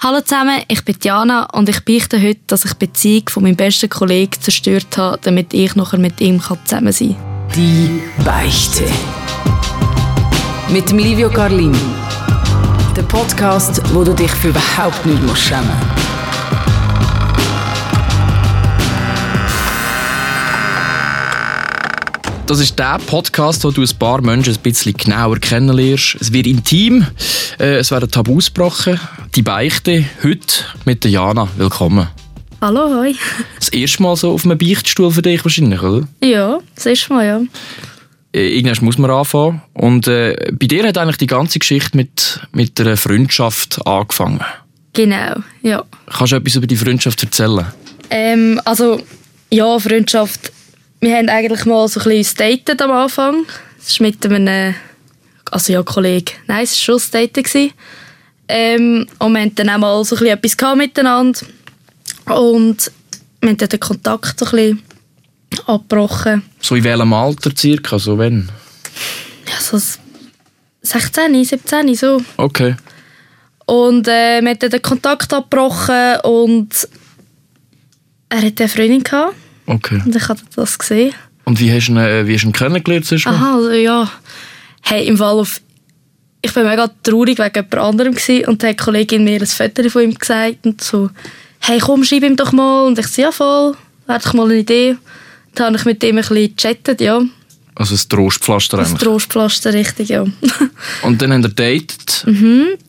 Hallo zusammen, ich bin Diana und ich beichte heute, dass ich die Beziehung von meinem besten Kollegen zerstört habe, damit ich nachher mit ihm zusammen sein kann. Die Beichte. Mit dem Livio Carlini. Der Podcast, wo du dich für überhaupt nicht musst schämen Das ist der Podcast, wo du ein paar Menschen ein bisschen genauer kennenlernst. Es wird intim, äh, es werden Tabus gebrochen. Die Beichte heute mit der Jana. Willkommen. Hallo, hoi. Das erste Mal so auf einem Beichtstuhl für dich wahrscheinlich, oder? Ja, das ist mal, ja. Äh, Irgendwann muss man anfangen. Und äh, bei dir hat eigentlich die ganze Geschichte mit, mit einer Freundschaft angefangen. Genau, ja. Kannst du etwas über die Freundschaft erzählen? Ähm, also, ja, Freundschaft. Wir haben eigentlich mal so ein bisschen datet am Anfang. Das war mit einem, äh, also ja, Kollegen. Nein, es war schon das Daten. gewesen. Ähm, und wir hatten dann auch mal so ein bisschen etwas gehabt miteinander. Und wir haben dann den Kontakt so ein bisschen abgebrochen. So in welchem Alter circa, so wenn? Ja, so s- 16, 17, so. Okay. Und äh, wir haben dann den Kontakt abgebrochen und er hatte eine Freundin gehabt. Okay. Und ich hatte das gesehen. Und wie hast du ihn, äh, wie hast du ihn kennengelernt? zuerst mal? Aha, also ja. Hey, im Fall auf... Ich war mega traurig wegen jemand anderem gewesen, und dann hat die Kollegin mir ein Foto von ihm gesagt und so «Hey, komm, schreib ihm doch mal!» Und ich so «Ja, voll, wäre doch mal eine Idee.» Dann habe ich mit ihm ein bisschen gechattet, ja. Also ein Trostpflaster Das eigentlich. Trostpflaster, richtig, ja. Und dann haben wir datet.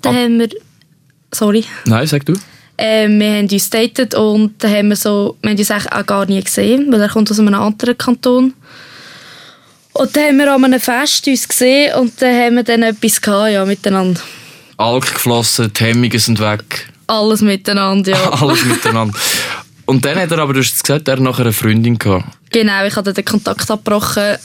dann haben wir... Sorry. Nein, sag du. Ähm, wir haben uns datet und dann haben wir, so, wir haben uns eigentlich auch gar nie gesehen, weil er kommt aus einem anderen Kanton. Und dann haben wir an einem Fest uns gesehen und dann haben wir dann etwas gehabt, ja, miteinander. Alk geflossen, die Hemmungen sind weg, Alles miteinander, ja. alles miteinander. Und dann hat er aber, du hast es gesagt, er hat nachher eine Freundin gehabt. genau, ich habe den Kontakt abgebrochen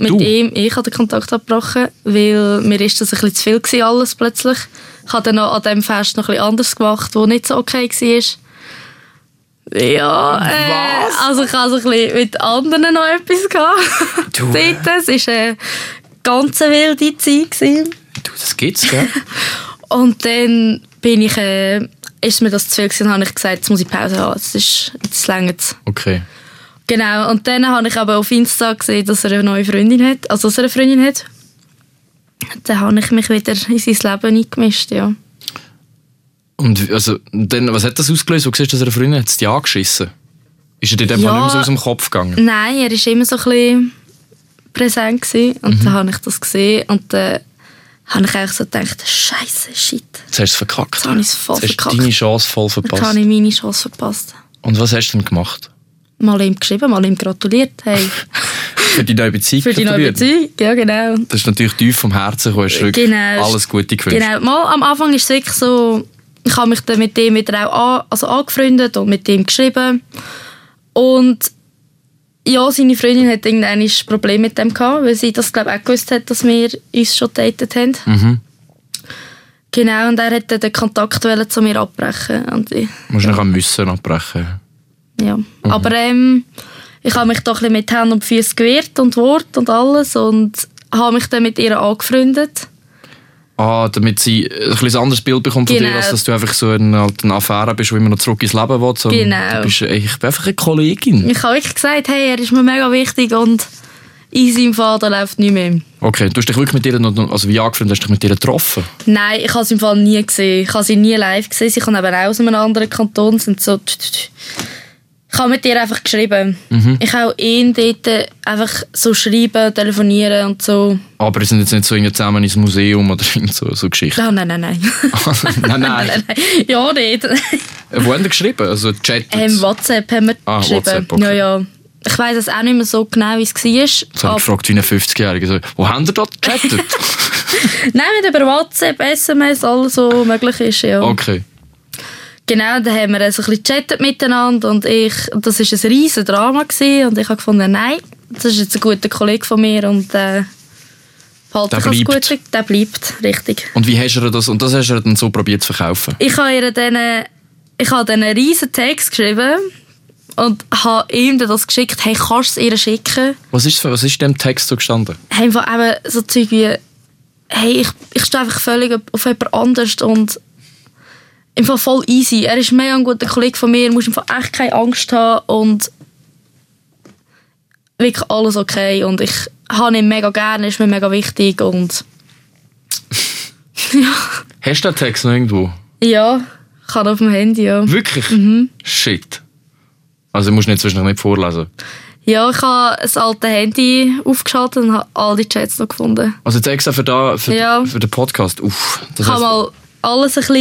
mit Du? ihm. Ich habe den Kontakt abgebrochen, weil mir ist das ein bisschen zu viel gewesen, alles plötzlich. Ich habe dann noch an diesem Fest noch ein bisschen anders gemacht, wo nicht so okay war. Ja, äh, Was? also ich habe so ein bisschen mit anderen noch etwas gehabt. Du. äh? Dort, Es war eine ganz wilde Zeit. Gewesen. Du, das gibt's, gell? Und dann bin ich, äh, ist mir das zu viel gewesen, und habe ich gesagt, jetzt muss ich Pause haben, jetzt, ist, jetzt längt's. Okay. Genau, und dann habe ich aber auf Insta gesehen, dass er eine neue Freundin hat, also dass er eine Freundin hat. Dann habe ich mich wieder in sein Leben eingemischt, ja. Und wie- also, dann, was hat das ausgelöst? Du siehst, dass er eine Freundin hat, hat ja geschissen. Ist er dir dann Ja. ja. nicht mehr so aus dem Kopf gegangen? Nein, er war immer so ein bisschen präsent gewesen. und dann habe ich das gesehen und dann habe ich eigentlich so gedacht, Scheiße, shit, Jetzt hast du es verkackt. Jetzt habe ich es voll Jetzt hast verkackt. du deine Chance voll jetzt habe verpasst. ich meine Chance verpasst. Und was hast du denn gemacht? Mal ihm geschrieben, mal ihm gratuliert, hey, Für die neue Beziehung? für die neue gratuliert. Beziehung, ja genau. Das ist natürlich tief vom Herzen gekommen. hast du wirklich Genau. Alles Gute gewünscht. Genau, mal am Anfang ist es wirklich so, ich habe mich dann mit dem wieder auch an, also angefreundet und mit dem geschrieben. Und ja, seine Freundin hat irgendwann ein Problem mit dem gehabt, weil sie das glaube ich auch gewusst hat, dass wir uns schon datet haben. Mhm. Genau, und er hat dann den Kontakt wollen zu mir abbrechen. Und ich, Musst du noch am Müssen abbrechen. ja. Mhm. Aber ähm, ich habe mich doch ein bisschen mit Händen und Füßen gewehrt und Wort und alles und habe mich dann mit ihr angefreundet. Ah, damit sie ein bisschen ein anderes Bild bekommt von Genau. dir, als dass du einfach so eine, halt eine Affäre bist, die immer noch zurück ins Leben will. sondern Genau. Du bist, ey, ich bin einfach eine Kollegin. Ich habe wirklich gesagt, hey, er ist mir mega wichtig und in seinem Fall da läuft nichts mehr. Okay, du hast dich wirklich mit ihr, noch- also wie angefreundet, hast du dich mit ihr getroffen? Nein, ich habe sie im Fall nie gesehen. Ich habe sie nie live gesehen. Sie kommt eben auch aus einem anderen Kanton. Sind so ich habe mit ihr einfach geschrieben. Mhm. Ich habe ihn dort einfach so schreiben, telefonieren und so. Aber wir sind jetzt nicht so irgendwie zusammen ins Museum oder irgend so, so Geschichten. Oh, nein, nein, nein. nein, nein. nein, nein. Ja, nicht. Wo haben die geschrieben? Also Chat. Ähm, WhatsApp haben wir Ah, geschrieben. WhatsApp, okay. Ja, ja. Ich weiß es auch nicht mehr so genau, wie es Jetzt habe war. ich aber- gefragt, wie ein 50-Jähriger. So, wo haben ihr da gechattet? Nein, wir haben über WhatsApp, SMS, alles, was möglich ist. Ja. Okay. Genau, dann haben wir so ein bisschen gechattet miteinander und ich, das war ein riesen Drama gewesen und ich habe gefunden, nein, das ist jetzt ein guter Kollege von mir und äh, behalte Der ich als bleibt. guter, der bleibt, richtig. Und wie hast du ihr das, und das hast du ihr dann so probiert zu verkaufen? Ich habe ihr dann, äh, ich habe dann einen riesen Text geschrieben und habe ihm dann das geschickt, hey, kannst du es ihr schicken? Was ist, was ist in dem Text so gestanden? haben von eben so Zeug wie, hey, ich, ich stehe einfach völlig auf jemand anders und im Fall voll easy. Er ist mega ein guter Kollege von mir, musst im Fall echt keine Angst haben und wirklich alles okay und ich habe ihn mega gerne, ist mir mega wichtig und Hast du den Text noch irgendwo? ja, kann auf dem Handy, ja. Wirklich? Mhm. Shit. Also, du musst nicht zwischendurch nicht vorlesen. Ja, ich habe ein altes Handy aufgeschaltet und habe all die Chats noch gefunden. Also, jetzt extra für, da, für, Ja. für den Podcast. Uff. Das Ich habe heisst- mal alles ein bisschen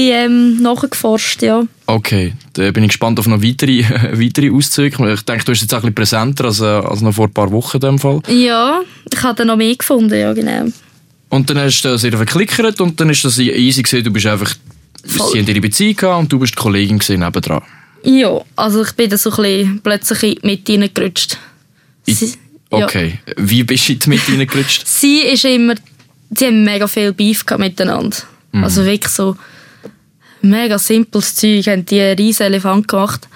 ähm, nachgeforscht, ja. Okay, da bin ich gespannt auf noch weitere, weitere Auszüge. Ich denke, du bist jetzt auch ein bisschen präsenter als, äh, als noch vor ein paar Wochen in dem Fall. Ja, ich habe dann noch mehr gefunden, ja genau. Und dann hast du das wieder verklickert und dann ist das e-, easy gewesen. Du bist einfach, Voll. sie haben ihre Beziehung gehabt und du bist die Kollegin gewesen nebendran. Ja, also ich bin da so ein bisschen plötzlich in die Mitte reingerutscht. Sie- Okay, wie bist du in die Mitte reingerutscht? sie ist immer, sie haben mega viel Beef gehabt miteinander. Also wirklich so mega simples Zeug, haben die einen riesen Elefant gemacht.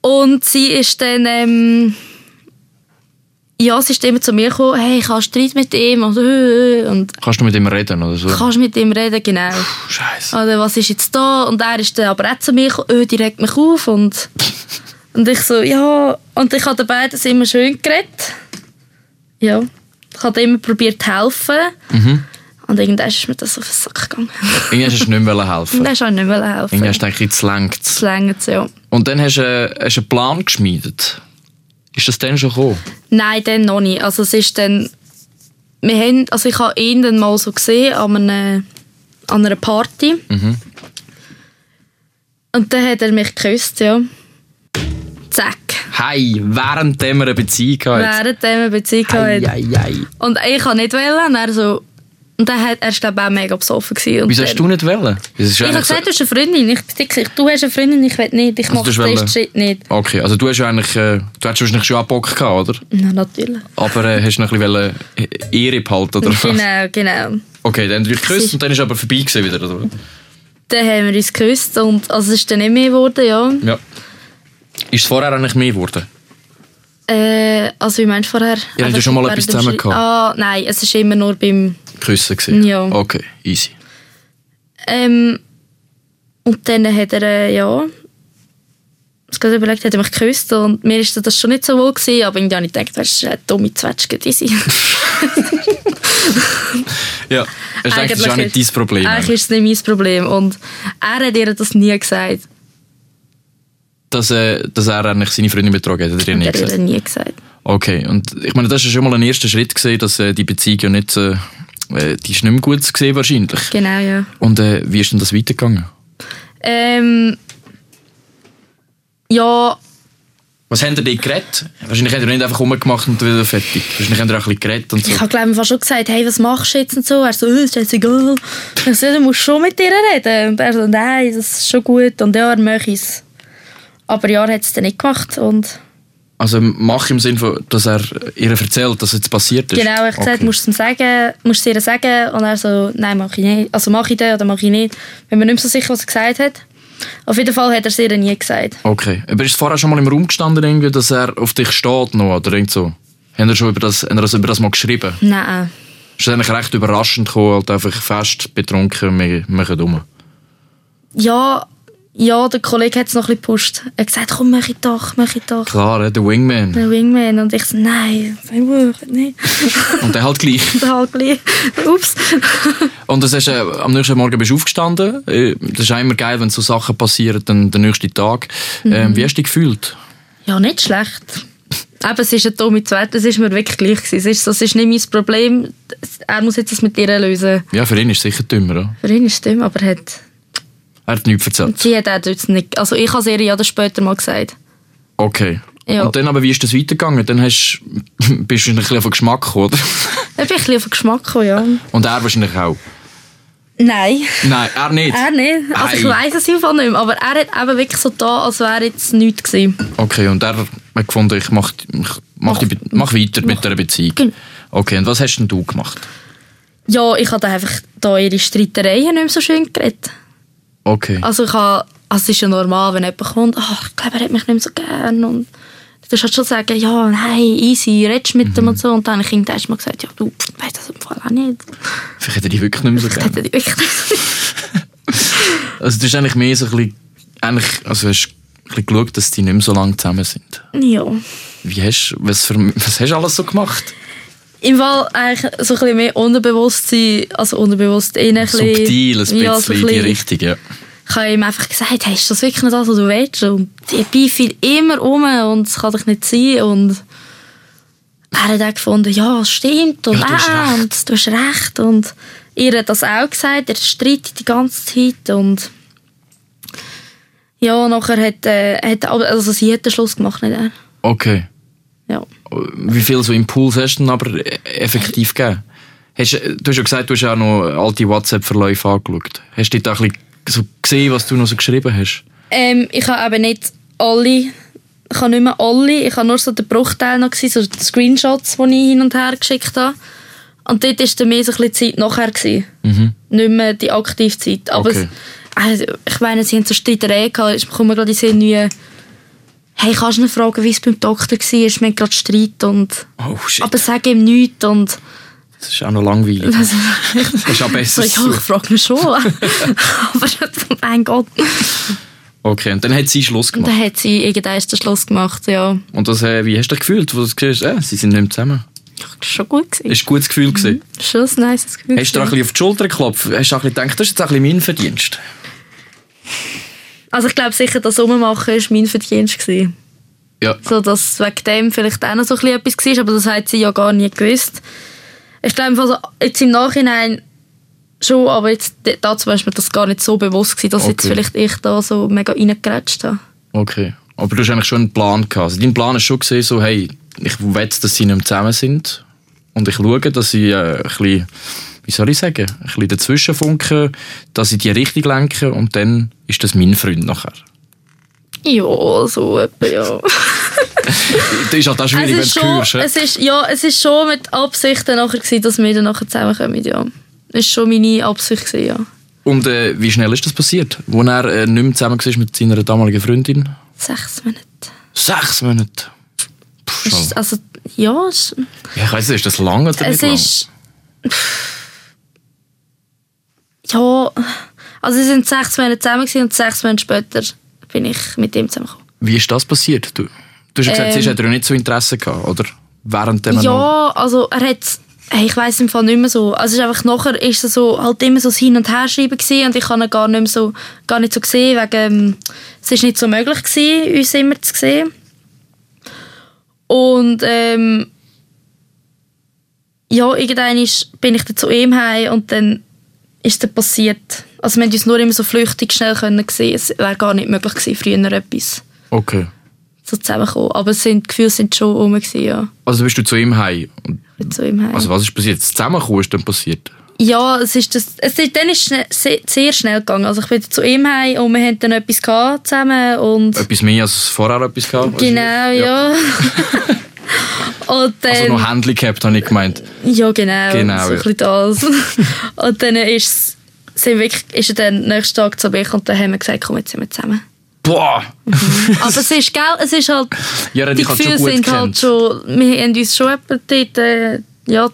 Und sie ist dann, ähm, ja, sie ist immer zu mir gekommen, hey, ich habe Streit mit ihm und, äh, äh, und Kannst du mit ihm reden oder so? kannst mit ihm reden, genau. Puh, Scheiße. Oder was ist jetzt da? Und er ist dann aber auch zu mir gekommen, öh, die regt mich auf und, und ich so, ja, und ich habe den beiden immer schön geredet. Ja, ich habe immer probiert zu helfen und irgendwann ist mir das auf den Sack gegangen. Irgendwann hast du nicht mehr helfen. Dann habe ich nicht mehr helfen. Irgendwann hast du gedacht, jetzt längt's. Das reicht, ja. Und dann hast du, äh, hast du einen Plan geschmiedet. Ist das dann schon gekommen? Nein, dann noch nicht. Also es ist dann... Wir haben, also ich habe ihn dann mal so gesehen an, einer- an einer Party. Und dann hat er mich geküsst, ja. Zack. Hey, während wir eine Beziehung hatten. Während eine Beziehung Ei, hatte. ei, ei. Und ich kann nicht wählen. Und er so... Und dann hat, er war glaube ich, auch mega besoffen. Gewesen. Und Wieso hast dann- du nicht wollen? Das ist Ich habe eigentlich so- gesagt, du hast eine Freundin. Ich bin dick. Du hast eine Freundin, ich will nicht. Ich Also mache du hast den ersten wollen. Schritt nicht. Okay, also du hast ja eigentlich, äh, du hättest wahrscheinlich schon auch Bock gehabt, oder? Na, natürlich. Aber äh, hast noch ein bisschen wollen, äh, Ehre behalten, oder was? Genau, genau. Okay, dann durch geküsst und dann ist aber vorbei gewesen wieder, oder? Dann haben wir uns geküsst und also es ist dann nicht mehr geworden, ja. Ja. Ist es vorher eigentlich mehr geworden? Äh, also wie meinst du vorher? habt ja schon mal etwas zusammen zusammen Ah, nein, es ist immer nur beim... Küssen gewesen? Ja. Okay, easy. Ähm, und dann hat er, äh, ja... Ich habe überlegt, hat er mich geküsst und mir ist das schon nicht so wohl gewesen, aber irgendwie habe ich gedacht, weißt du, eine dumme Zwetschge, die sind. Ja. Das ist eigentlich auch nicht dein Problem. Eigentlich ist es nicht mein Problem und er hat ihr das nie gesagt. Dass, äh, dass er eigentlich seine Freundin betrogen hat, hat er dir Er nicht hat ihr gesagt. nie gesagt. Okay, und ich meine, das ist ja schon mal ein erster Schritt gewesen, dass äh, die Beziehung ja nicht, äh, äh, die ist nicht mehr gut gesehen wahrscheinlich. Genau, ja. Und äh, wie ist denn das weitergegangen? Ähm, ja, Was habt ihr dort geredet? Wahrscheinlich habt ihr nicht einfach rumgemacht und wieder fertig. Wahrscheinlich habt ihr auch ein bisschen geredet und so. Ich habe glaube ich fast schon gesagt, hey, was machst du jetzt und so. Er so, äh, ist jetzt egal. Ich so, du musst schon mit ihr reden. Und er so, nein, das ist schon gut. Und ja, er möchte es. Aber ja, er hat es dann nicht gemacht. Und Also mach im Sinn von, dass er ihr erzählt, dass jetzt passiert ist. genau, ich habe gesagt, musst du es ihm sagen, musst du es ihr sagen. Und er so, nein, mach ich nicht. Also mach ich das oder mach ich nicht. Wenn man nicht mehr so sicher, was er gesagt hat. Auf jeden Fall hat er es ihr nie gesagt. Okay. Aber ist vorher schon mal im Raum gestanden, irgendwie, dass er auf dich steht noch, oder irgend so? Haben wir schon über das, haben wir das, über das mal geschrieben? Nein. Ist das eigentlich recht überraschend gekommen, halt einfach fest betrunken, wir machen dumm. Ja, ja, der Kollege hat es noch ein bisschen gepusht. Er hat gesagt, komm, mach ich doch, mach ich doch. Klar, eh, der Wingman. Der Wingman. Und ich so, nein, nein, nein. Und der halt gleich. Und halt gleich, ups. Und das ist, äh, am nächsten Morgen bist du aufgestanden. Äh, Das ist auch immer geil, wenn so Sachen passieren, dann den nächsten Tag. Ähm, Mhm. wie hast du dich gefühlt? Ja, nicht schlecht. Eben, es ist eine dumme Zweite, es ist mir wirklich gleich gewesen. Es ist, das ist nicht mein Problem, er muss jetzt das mit ihr lösen. Ja, für ihn ist es sicher dümmer. Oder? Für ihn ist es dumm, aber hat, Er hat nichts erzählt. sie hat auch jetzt nicht... Also ich habe es ihr ja dann später mal gesagt. Okay. Mhm. Ja. Und dann aber, wie ist das weitergegangen? Dann hast, bist du ein bisschen auf den Geschmack gekommen, oder? Da bin ich ein bisschen auf den Geschmack gekommen, ja. Und er wahrscheinlich auch. Nein, Nein, er nicht. er nicht. Also ich Ei. weiss es im Fall nicht mehr, aber er hat eben wirklich so da, als wäre jetzt nichts gewesen. Okay, und er hat gefunden, ich mach, ich mach, die Be- mach weiter mit dieser Beziehung. Genau. Okay, und was hast denn du gemacht? Ja, ich habe dann einfach da ihre Streitereien nicht mehr so schön geredet. Okay. Also ich habe, also es ist ja normal, wenn jemand kommt, ah, ich glaube, er hat mich nicht mehr so gern und du kannst halt schon sagen, ja, nein, easy, redest mit dem und so und dann habe ich ihm das Mal gesagt, ja, du weißt das im Fall auch nicht. Vielleicht hätte ich dich wirklich nicht mehr so Ich gerne. hätte dich wirklich nicht. Also du hast eigentlich mehr so ein bisschen, eigentlich, also hast ein bisschen geschaut, dass die nicht mehr so lange zusammen sind. Ja. Wie hast, was, für, was hast du alles so gemacht? Im Fall eigentlich so ein bisschen mehr Unterbewusstsein, also unterbewusst eh ein bisschen- Subtil, ein bisschen ja, so in die bisschen- Richtung, ja. Ich habe ihm einfach gesagt, hey, ist das wirklich nicht das, was du willst? Und die Beifall immer um und es kann dich nicht sein. Und er hat auch gefunden, ja, es stimmt und, Ja, du hast ah, recht. und du hast recht. Und ihr hat das auch gesagt, ihr streitet die ganze Zeit und ja, nachher hat, äh, hat aber- also sie hat den Schluss gemacht, nicht er. Okay. Ja. Wie viel so Impuls hast du denn aber e- effektiv gegeben? Hast, du du hast ja gesagt, du hast auch noch alte WhatsApp-Verläufe angeschaut. Hast du da ein bisschen so gesehen, was du noch so geschrieben hast? Ähm, ich habe eben nicht alle, ich habe nicht mehr alle, ich habe nur so den Bruchteil noch gesehen, so die Screenshots, die ich hin und her geschickt habe. Und dort war dann mehr so ein bisschen die Zeit nachher. Gewesen. Nicht mehr die Aktivzeit. Aber Mhm. Okay. es, also, ich meine, sie haben so Streitereien gehabt, ich bekomme gerade in den Sinn wie, hey, kannst du nicht fragen, wie es beim Doktor war, wir hatten gerade Streit und, Oh shit, aber sag ihm nichts und, das ist auch noch langweilig. Das ist auch so, besser. ja, ich frage mich schon. aber mein Gott. Okay, und dann hat sie Schluss Und gemacht. dann hat sie irgendwann den Schluss gemacht, ja. Und das, äh, wie hast du dich gefühlt, wo du das gesehen hast, äh, sie sind nicht mehr zusammen? Das war schon gut. Gewesen. Ist ein gutes Gefühl gewesen. Schon ein nice Gefühl. Hast du dir ein bisschen auf die Schulter geklopft? Hast du ein bisschen gedacht, das ist jetzt ein bisschen mein Verdienst? also ich glaube sicher, das Rummachen war mein Verdienst. Gewesen. Ja. So, dass wegen dem vielleicht auch noch so ein bisschen etwas war, aber das hat sie ja gar nie gewusst. Ich glaube, also jetzt im Nachhinein schon, aber jetzt, dazu war mir das gar nicht so bewusst, gewesen, dass jetzt Okay. vielleicht ich da so mega reingerätscht habe. Okay. Aber du hast eigentlich schon einen Plan gehabt. Also dein Plan ist schon gesehen, so, hey, ich will, dass sie nicht mehr zusammen sind. Und ich schaue, dass ich äh, ein bisschen, wie soll ich sagen, ein bisschen dazwischen funke, dass ich die Richtung lenke und dann ist das mein Freund nachher. Ja, so etwa, ja. Das ist halt auch schwierig, wenn du es, ist es Also schon, es, hörst. ist, ja, es ist schon mit Absicht dann nachher gewesen, dass wir dann nachher zusammenkommen, ja. Das war schon meine Absicht, gewesen, ja. Und äh, wie schnell ist das passiert? Wo er äh, nicht mehr zusammen war mit seiner damaligen Freundin? Sechs Minuten. Sechs Monate. Puh, schon. Ist- Also, ja, es ist Ja, ich weiss nicht, ist das lang oder Es nicht lang? ist. Ja. Also, sie sind sechs Monate zusammen gewesen und sechs Monate später bin ich mit ihm zusammengekommen. Wie ist das passiert? Du, du hast ja gesagt, Ähm. sie hat ja nicht so Interesse gehabt, oder? Während dem Ja, also, er hat. Hey, ich weiß im Fall nicht mehr so. Also, es ist einfach nachher ist es so, halt immer so das Hin- und Herschreiben gewesen und ich habe ihn gar nicht, mehr so, gar nicht so gesehen, wegen. ähm, Es war nicht so möglich, gewesen, uns immer zu sehen. Und. Ähm, ja, irgendwann ist, bin ich dann zu ihm heim und dann ist dann passiert. Also wir haben uns nur immer so flüchtig schnell können sehen. Es wäre gar nicht möglich gewesen, früher etwas Okay. so zusammenkommen. Aber es sind, die Gefühle sind schon rum gewesen, ja. Also bist du zu ihm heim. Und- Bin Zu ihm heim. Also was ist passiert? Das Zusammenkommen ist dann passiert? ja, es ist das, es ist, dann ist es schnell- sehr, sehr schnell gegangen. Also ich bin zu ihm heim und wir haben dann etwas gehabt zusammen und Etwas mehr, als es vorher etwas gab? Also- genau, ja. und dann, Also noch Händchen gehabt, habe ich gemeint. Ja, genau. Genau, so ein ja. bisschen das. und dann ist, sind wirklich, ist er dann nächsten Tag zu mir und dann haben wir gesagt, komm, jetzt sind wir zusammen. Boah! Aber es ist, gell, es ist halt, Ja, er hat die dich halt schon Gefühle gut sind halt gekannt. schon, wir haben uns schon etwa dort, äh, ja,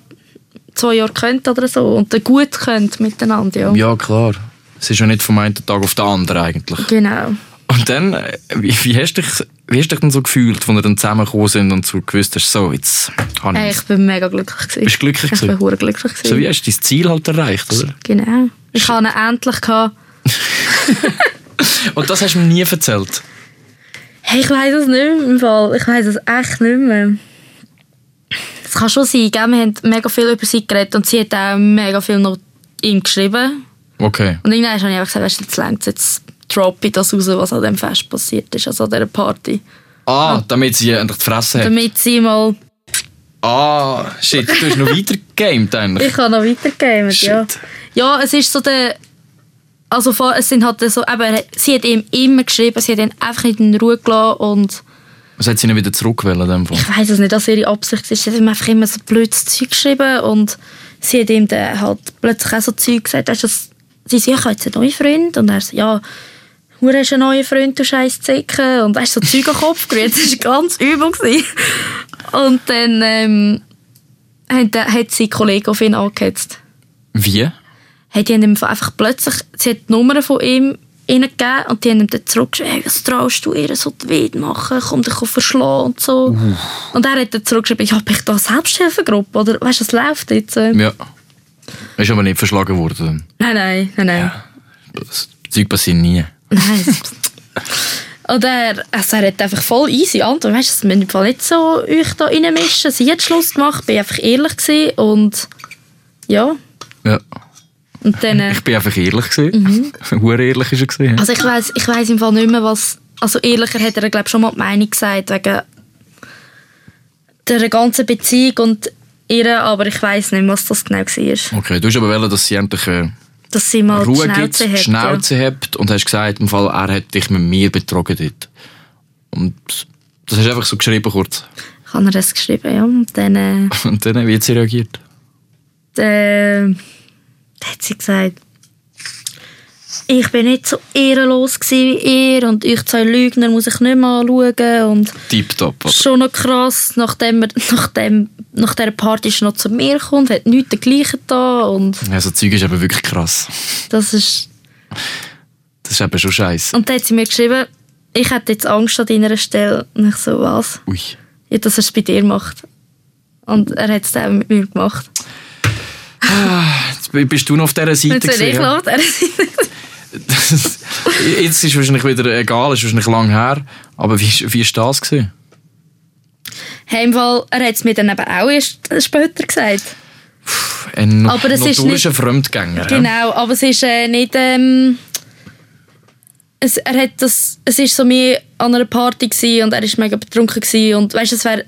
zwei Jahre gekannt oder so und dann gut gekannt miteinander, ja. Ja, klar. Es ist ja nicht vom einen Tag auf den anderen eigentlich. Genau. Und dann, äh, wie, wie, hast du dich, wie hast du dich denn so gefühlt, als wir dann zusammengekommen sind und so gewusst hast, so, jetzt habe Ey, ich ich bin mega glücklich. Gewesen. Bist du glücklich Ich bin gewesen? hure glücklich. So wie gewesen. hast du dein Ziel halt erreicht, oder? Genau. Ich habe ihn endlich gehabt. Und das hast du mir nie erzählt. Hey, ich weiß es nicht mehr im Fall. Ich weiß es echt nicht mehr. Es kann schon sein, gell? wir haben mega viel über sie geredet und sie hat auch mega viel noch ihm geschrieben. Okay. Und irgendwann habe ich einfach gesagt, weißt du, jetzt längst, jetzt droppe ich das raus, was an dem Fest passiert ist, also an dieser Party. Ah, damit sie endlich die Fresse hat. Damit sie mal, Ah, shit, du hast noch weiter gegamed eigentlich. ich kann noch weitergeben, ja. Shit. Ja, es ist so der, also vor- es sind halt so, eben, sie hat ihm immer geschrieben, sie hat ihn einfach nicht in Ruhe gelassen und Was hat sie ihnen wieder zurückgewählt in dem Fall? ich weiß es nicht, dass ihre Absicht ist. Sie hat ihm einfach immer so blödes Zeug geschrieben und sie hat ihm dann halt plötzlich auch so Zeug gesagt. Weißt du, dass sie sagt, ich habe jetzt einen neuen Freund. Und er so, ja, du hast einen neuen Freund, du scheiß Zicke. Und er ist so Zeug an den Kopf gerührt. Das war ganz übel. gewesen. Und dann ähm, hat, hat sie Kollegen auf ihn angehetzt. Wie? hey, die haben ihm einfach plötzlich, sie hat die Nummer von ihm ihnen gegeben und die haben ihm dann zurückgeschrieben, hey, was traust du ihr, so weit machen, komm dich verschlagen und so. Und er hat dann zurückgeschrieben, ja, bin ich da eine Selbsthilfegruppe oder weißt du, was läuft jetzt? äh? Ja. Ist aber nicht verschlagen worden. Nein, nein, nein, nein. Das Zeug passiert nie. Nein. Und er, also er hat einfach voll easy Antwort. Weißt du, dass wir im Fall nicht so euch da reinmischen. Sie hat Schluss gemacht, bin einfach ehrlich gewesen und ja. Ja. Und dann, äh, Ich bin einfach ehrlich gewesen. Hure ehrlich ist er gewesen. Mhm. also ich weiß ich weiss im Fall nicht mehr, was... Also ehrlicher hat er, glaube schon mal die Meinung gesagt, wegen der ganzen Beziehung und ihre, aber ich weiß nicht, was das genau war. Okay, du hast aber wollen, dass sie endlich äh, Dass sie mal Ruhe Oh, die gibt, Schnauze die hat. Schnauze hebt und hast gesagt, im Fall, er hat dich mit mir betrogen dort. Und das hast du einfach so geschrieben kurz. Ja. Ich habe ihr das geschrieben, ja. Und dann... Äh, Und dann, wie hat sie reagiert? äh, hat sie gesagt, ich bin nicht so ehrenlos gewesen wie ihr und euch zwei Lügner muss ich nicht mehr anschauen und Tipptopp. oder? schon noch krass, nachdem, er, nachdem nach dieser Party ist er noch zu mir kommt, hat nichts dergleichen da und Ja, so Also, Zeug ist eben wirklich krass. das ist Das ist eben schon scheiße. und dann hat sie mir geschrieben, ich hätte jetzt Angst an deiner Stelle und ich so, was? Ui. Ja, dass er es bei dir macht. Und er hat es dann mit mir gemacht. Jetzt bist du noch auf dieser Seite Jetzt bin ich gewesen, ja? auf der Seite. Das- Jetzt ist wahrscheinlich wieder egal, ist wahrscheinlich lang her. Aber wie war wie ist das? Gewesen? Hey, im Fall, er hat es mir dann eben auch erst später gesagt. Ein Aber es ist notorischer Fremdgänger. Ja? Genau, aber es ist äh, nicht. Ähm, es, er hat das, es ist so mehr an einer Party gsi und er ist mega betrunken gsi und weißt, es wäre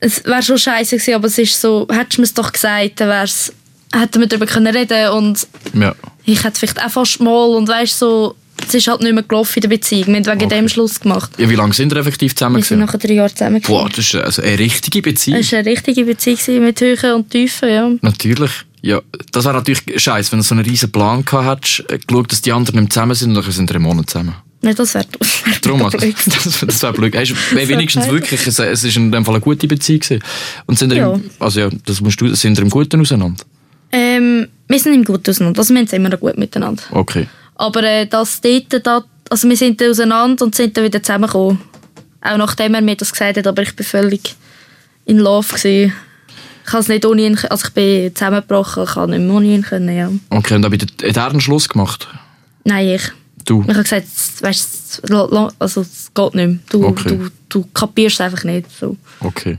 es wär schon scheiße gewesen, aber es ist so, hättest du mir es doch gesagt, dann wär's, hätten wir darüber können reden und Ja. ich hätte vielleicht auch fast mal und weißt so, es ist halt nicht mehr gelaufen in der Beziehung, wir haben wegen Okay. dem Schluss gemacht. ja. Wie lange sind wir effektiv zusammen? Wir sind gewesen? nachher drei Jahre zusammen. Boah, gewesen. das ist also eine richtige Beziehung. Es war eine richtige Beziehung gewesen mit Höhen und Tiefen, ja. Natürlich. Ja, das wäre natürlich scheiße, wenn du so einen riesen Plan gehabt hättest, äh, geschaut, dass die anderen nicht mehr zusammen sind und dann sind drei Monate zusammen. Nein, das wäre das wär Darum, also, blöd. das, das wäre blöd. Hast, wär wär wenigstens peinlich. wirklich, es, es ist in dem Fall eine gute Beziehung gewesen. Und sind ja. Ja. Im, also ja, das musst du, sind wir im Guten auseinander? Ähm, wir sind im Guten auseinander. Also wir haben es immer noch gut miteinander. Okay. Aber äh, das dort, da, also wir sind dann auseinander und sind dann wieder zusammengekommen. Auch nachdem er mir das gesagt hat, aber ich war völlig in Love. Gewesen. Ich kann es nicht ohne ihn, also ich bin zusammengebrochen, ich kann nicht mehr ohne ihn können, ja. Okay, und habe ich den einen Schluss gemacht? Nein, ich. Du? Ich habe gesagt, es- weißt, es- la- la- also es geht nicht mehr. Du, Okay. du, du kapierst es einfach nicht. So. Okay.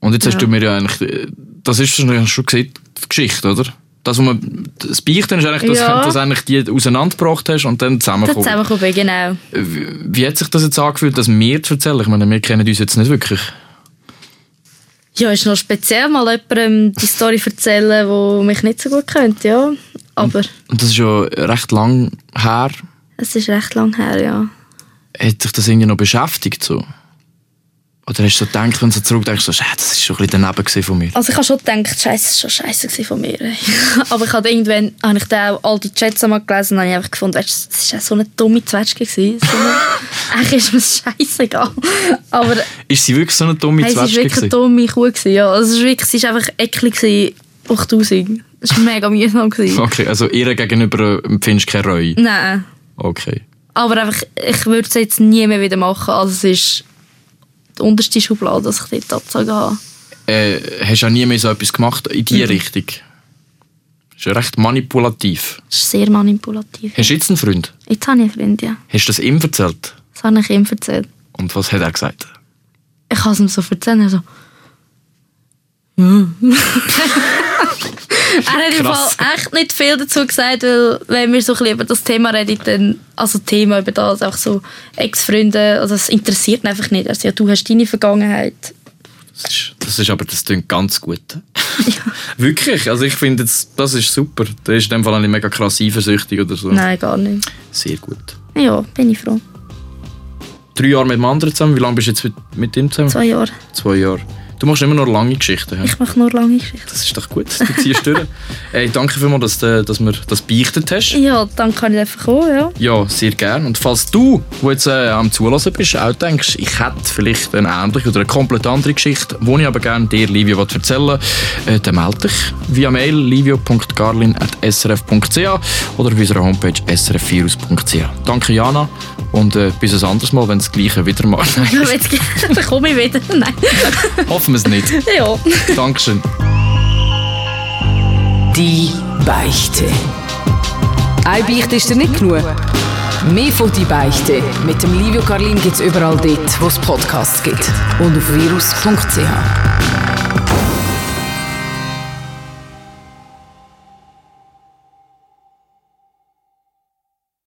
Und jetzt hast Ja. du mir ja eigentlich, äh, das ist wahrscheinlich schon gesehen, die Geschichte, oder? Das, wo man, das Beichten ist eigentlich, dass, Ja. dass du eigentlich die auseinandergebracht hast und dann Dann zusammengekommen zusammengekommen, bin, genau. Wie wie hat sich das jetzt angefühlt, das mir zu erzählen? Ich meine, wir kennen uns jetzt nicht wirklich. Ja, ist noch speziell, mal jemandem die Story erzählen, wo mich nicht so gut kennt, ja. Aber... Und das ist ja recht lang her. Es ist recht lang her, ja. Hat sich das irgendwie noch beschäftigt? So? Oder hast du so gedacht, wenn du so zurückdenkst, so, «Schä, das ist schon ein bisschen daneben gewesen von mir? Also ich habe schon gedacht, Scheiße, das war schon scheiße gewesen von mir. Aber ich habe irgendwann habe ich dann auch all die Chats einmal gelesen und habe ich einfach gefunden, weißt, du, es war so eine dumme Zwetschge. gewesen. So eine, eigentlich ist mir scheißegal. Aber Ist sie wirklich so eine dumme hey, es war Zwetschge? wirklich eine gewesen? dumme Kuh. Gewesen, ja. also es war wirklich, sie war einfach eklig. gewesen. 8000. Es war mega mühsam. Gewesen. Okay, also ihr gegenüber äh, empfindest du keine Reue? Nein. Okay. Aber einfach, ich würde es jetzt nie mehr wieder machen. Also es ist die unterste Schublade, dass ich dort Ah, abgezogen habe. Äh, hast du auch nie mehr so etwas gemacht in diese Richtung? ist ja recht manipulativ. Es ist sehr manipulativ. Hast du jetzt einen Freund? Jetzt habe ich einen Freund, ja. Hast du das ihm erzählt? Das habe ich ihm erzählt. Und was hat er gesagt? Ich habe es ihm so erzählt. Er so, ja. er hat im Fall Krass. echt nicht viel dazu gesagt, weil wenn wir so ein bisschen über das Thema reden, dann, also Thema über das, einfach so Ex-Freunde, also es interessiert ihn einfach nicht. Also ja, du hast deine Vergangenheit. Das ist, das ist aber, das klingt ganz gut. Wirklich, also ich finde, jetzt, das ist super. Da ist in dem Fall auch nicht mega krass eifersüchtig oder so. Nein, gar nicht. Sehr gut. Ja, bin ich froh. Drei Jahre mit dem anderen zusammen, wie lange bist du jetzt mit, mit ihm zusammen? Zwei Jahre. Zwei Jahre. Du machst immer nur lange Geschichten. hä? Ich mache nur lange Geschichten. Das ist doch gut, du ziehst durch. Ey, danke vielmals, dass, du- dass wir das beichtet hast. Ja, dann kann ich einfach kommen, ja. Ja, sehr gern. Und falls du, der jetzt äh, am Zulassen bist, auch denkst, ich hätte vielleicht eine ähnliche oder eine komplett andere Geschichte, die ich aber gerne dir, Livio, will erzählen äh, dann melde dich via Mail livio.garlin.srf.ch oder auf unserer Homepage srfvirus.ch. Danke, Jana. Und äh, bis ein anderes Mal, wenn das Gleiche wieder mal. Nein, Ja, jetzt dann komme ich wieder. Nein. hoffen wir es nicht. Ja. Dankeschön. Die Beichte. Eine Beichte ist dir nicht genug. Mehr von «Die Beichte» mit dem Livio Carlin gibt es überall dort, wo es Podcasts gibt. Und auf virus.ch.